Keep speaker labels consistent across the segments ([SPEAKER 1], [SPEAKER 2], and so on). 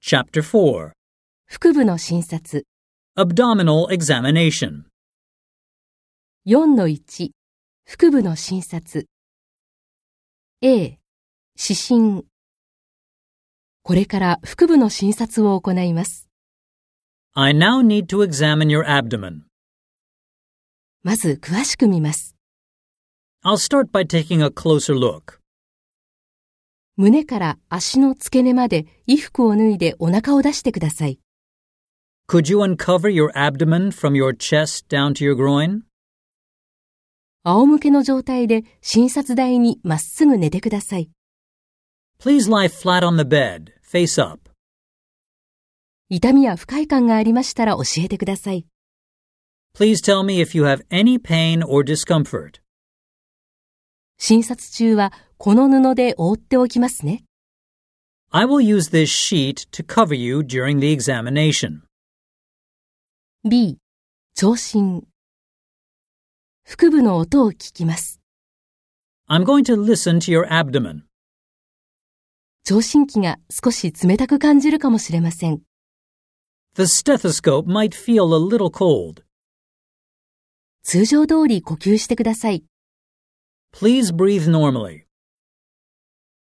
[SPEAKER 1] Chapter 4
[SPEAKER 2] 腹部の診察
[SPEAKER 1] Abdominal Examination
[SPEAKER 2] 4-1腹部の診察 A 指針これから腹部の診察を行います。
[SPEAKER 1] I now need to examine your abdomen.
[SPEAKER 2] まず詳しく見ます。
[SPEAKER 1] I'll start by taking a closer look.
[SPEAKER 2] 胸から足の付け根まで衣服を脱いでお腹を出してください。
[SPEAKER 1] Could you uncover your abdomen from your chest down to your groin?
[SPEAKER 2] 仰向けの状態で診察台にまっすぐ寝てください。
[SPEAKER 1] Please lie flat on the bed, face up.
[SPEAKER 2] 痛みや不快感がありましたら教えてください。
[SPEAKER 1] Please tell me if you have any pain or discomfort.
[SPEAKER 2] 診察中はこの布で覆っておきますね。
[SPEAKER 1] I will use this sheet to cover you during the examination.
[SPEAKER 2] B、聴診。腹部の音を聞きます。
[SPEAKER 1] I'm going to listen to your abdomen.
[SPEAKER 2] 聴診器が少し冷たく感じるかもしれません。
[SPEAKER 1] The stethoscope might feel a little cold.
[SPEAKER 2] 通常通り呼吸してください。
[SPEAKER 1] Please breathe normally.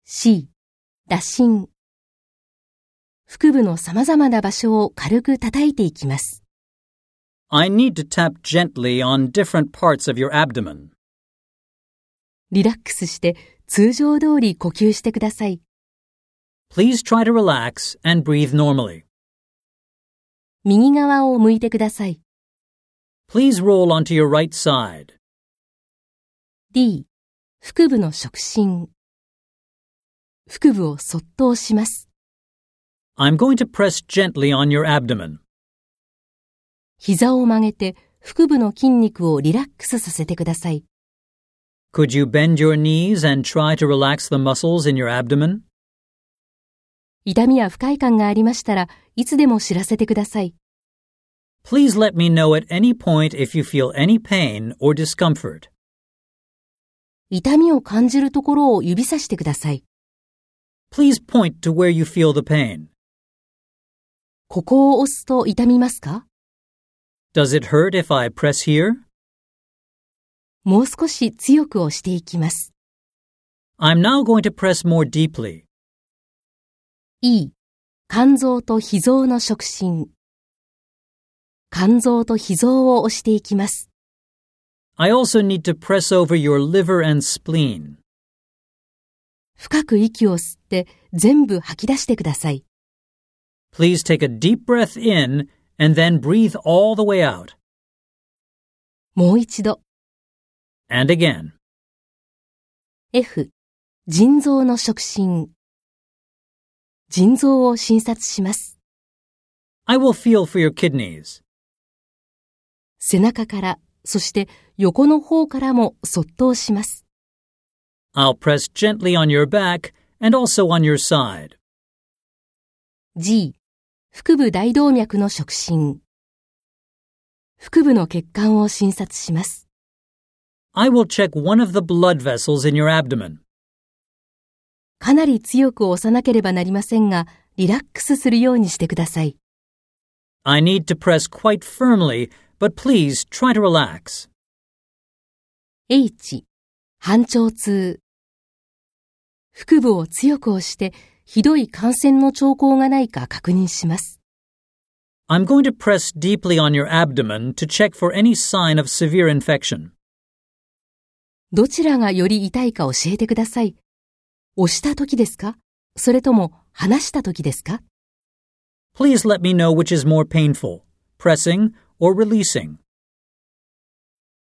[SPEAKER 2] C、打診。腹部の様々な場所を軽く叩いていきます。
[SPEAKER 1] I need to tap gently on different parts of your abdomen.
[SPEAKER 2] リラックスして通常通り呼吸してください。
[SPEAKER 1] Please try to relax and breathe normally.
[SPEAKER 2] 右側を向いてください。
[SPEAKER 1] Please roll onto your right side.
[SPEAKER 2] D、腹部の触診。腹部をそっと押します。
[SPEAKER 1] I'm going to press gently on your abdomen.
[SPEAKER 2] 膝を曲げて腹部の筋肉をリラックスさせてください。
[SPEAKER 1] Could you bend your knees and try to relax the muscles in your abdomen?
[SPEAKER 2] 痛みや不快感がありましたらいつでも知らせてください。
[SPEAKER 1] Please let me know at any point if you feel any pain or discomfort.
[SPEAKER 2] 痛みを感じるところを指さしてください。
[SPEAKER 1] Please point to where you feel the pain.
[SPEAKER 2] ここを押すと痛みますか
[SPEAKER 1] Does it hurt if I press here?
[SPEAKER 2] もう少し強く押していきます。
[SPEAKER 1] I'm now going to press more deeply.
[SPEAKER 2] E、肝臓と脾臓の触診。肝臓と脾臓を押していきます。
[SPEAKER 1] I also need to press over your liver and spleen.
[SPEAKER 2] 深く息を吸って全部吐き出してください。
[SPEAKER 1] Please take a deep breath in and then breathe all the way out.
[SPEAKER 2] もう一度。
[SPEAKER 1] And again.
[SPEAKER 2] F、腎臓の触診。腎臓を診察します。
[SPEAKER 1] I will feel for your kidneys.
[SPEAKER 2] 背中から、そして横の方からもそっと押します。
[SPEAKER 1] I'll press gently on your back and also on your side.
[SPEAKER 2] G、腹部大動脈の触診。腹部の血管を診察します。
[SPEAKER 1] I will check one of the blood vessels in your abdomen.
[SPEAKER 2] かなり強く押さなければなりませんが、リラックスするようにしてください。
[SPEAKER 1] I need to press quite firmly, but please try to relax.
[SPEAKER 2] H、半腸痛。腹部を強く押して、ひどい感染の兆候がないか確認します。
[SPEAKER 1] I'm going to press deeply on your abdomen to check for any sign of severe infection.
[SPEAKER 2] どちらがより痛いか教えてください。押した時ですかそれとも離した時ですか
[SPEAKER 1] Please let me know which is more painful, pressing or releasing.